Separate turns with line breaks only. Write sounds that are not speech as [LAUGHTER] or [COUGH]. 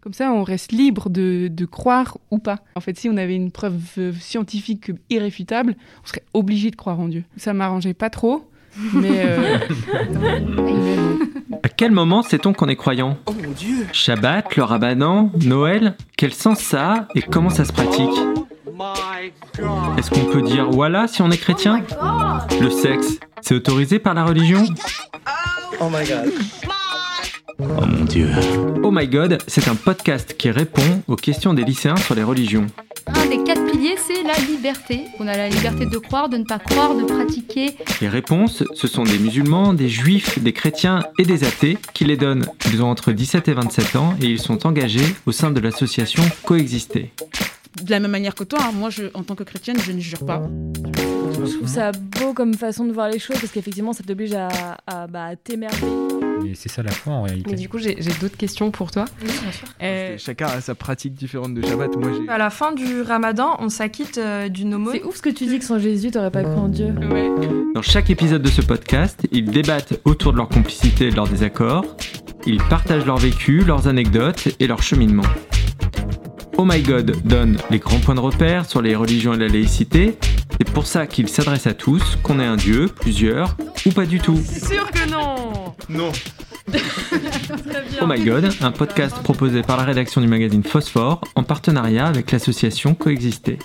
Comme ça, on reste libre de, de croire ou pas. En fait, si on avait une preuve euh, scientifique irréfutable, on serait obligé de croire en Dieu. Ça m'arrangeait pas trop, mais...
[LAUGHS]
euh, mais bon.
À quel moment sait-on qu'on est croyant Oh mon Dieu Shabbat, le rabanan, Noël Quel sens ça a et comment ça se pratique Est-ce qu'on peut dire voilà si on est chrétien Le sexe, c'est autorisé par la religion
Oh my god.
Oh mon dieu.
Oh my god, c'est un podcast qui répond aux questions des lycéens sur les religions.
Un des quatre piliers, c'est la liberté. On a la liberté de croire, de ne pas croire, de pratiquer.
Les réponses, ce sont des musulmans, des juifs, des chrétiens et des athées qui les donnent. Ils ont entre 17 et 27 ans et ils sont engagés au sein de l'association Coexister.
de la même manière que toi, hein, moi, je, en tant que chrétienne, je ne jure pas.
Je trouve ça beau comme façon de voir les choses parce qu'effectivement, ça t'oblige à, à, bah, à t'émerveiller.
Mais c'est ça la foi en
[LAUGHS] Mais
réalité.
du coup, j'ai j'ai d'autres questions pour toi. Euh,
Chacun a sa pratique différente de Shabbat. Moi,
bah,
j'ai.
À la fin du ramadan, on s'acquitte euh, d'une aumône.
C'est ouf ce que tu dis que sans Jésus, t'aurais pas cru en Dieu.
Dans chaque épisode de ce podcast, ils débattent autour de leur complicité et de leurs désaccords. Ils partagent leur vécu, leurs anecdotes et leur cheminement. Oh My God donne les grands points de repère sur les religions et la laïcité. C'est pour ça qu'il s'adresse à tous, qu'on ait un dieu, plusieurs ou pas du tout.
Sûr que non
Non.
Très bien.
Oh My God, un podcast proposé par la rédaction du magazine Phosphore en partenariat avec l'association Coexister.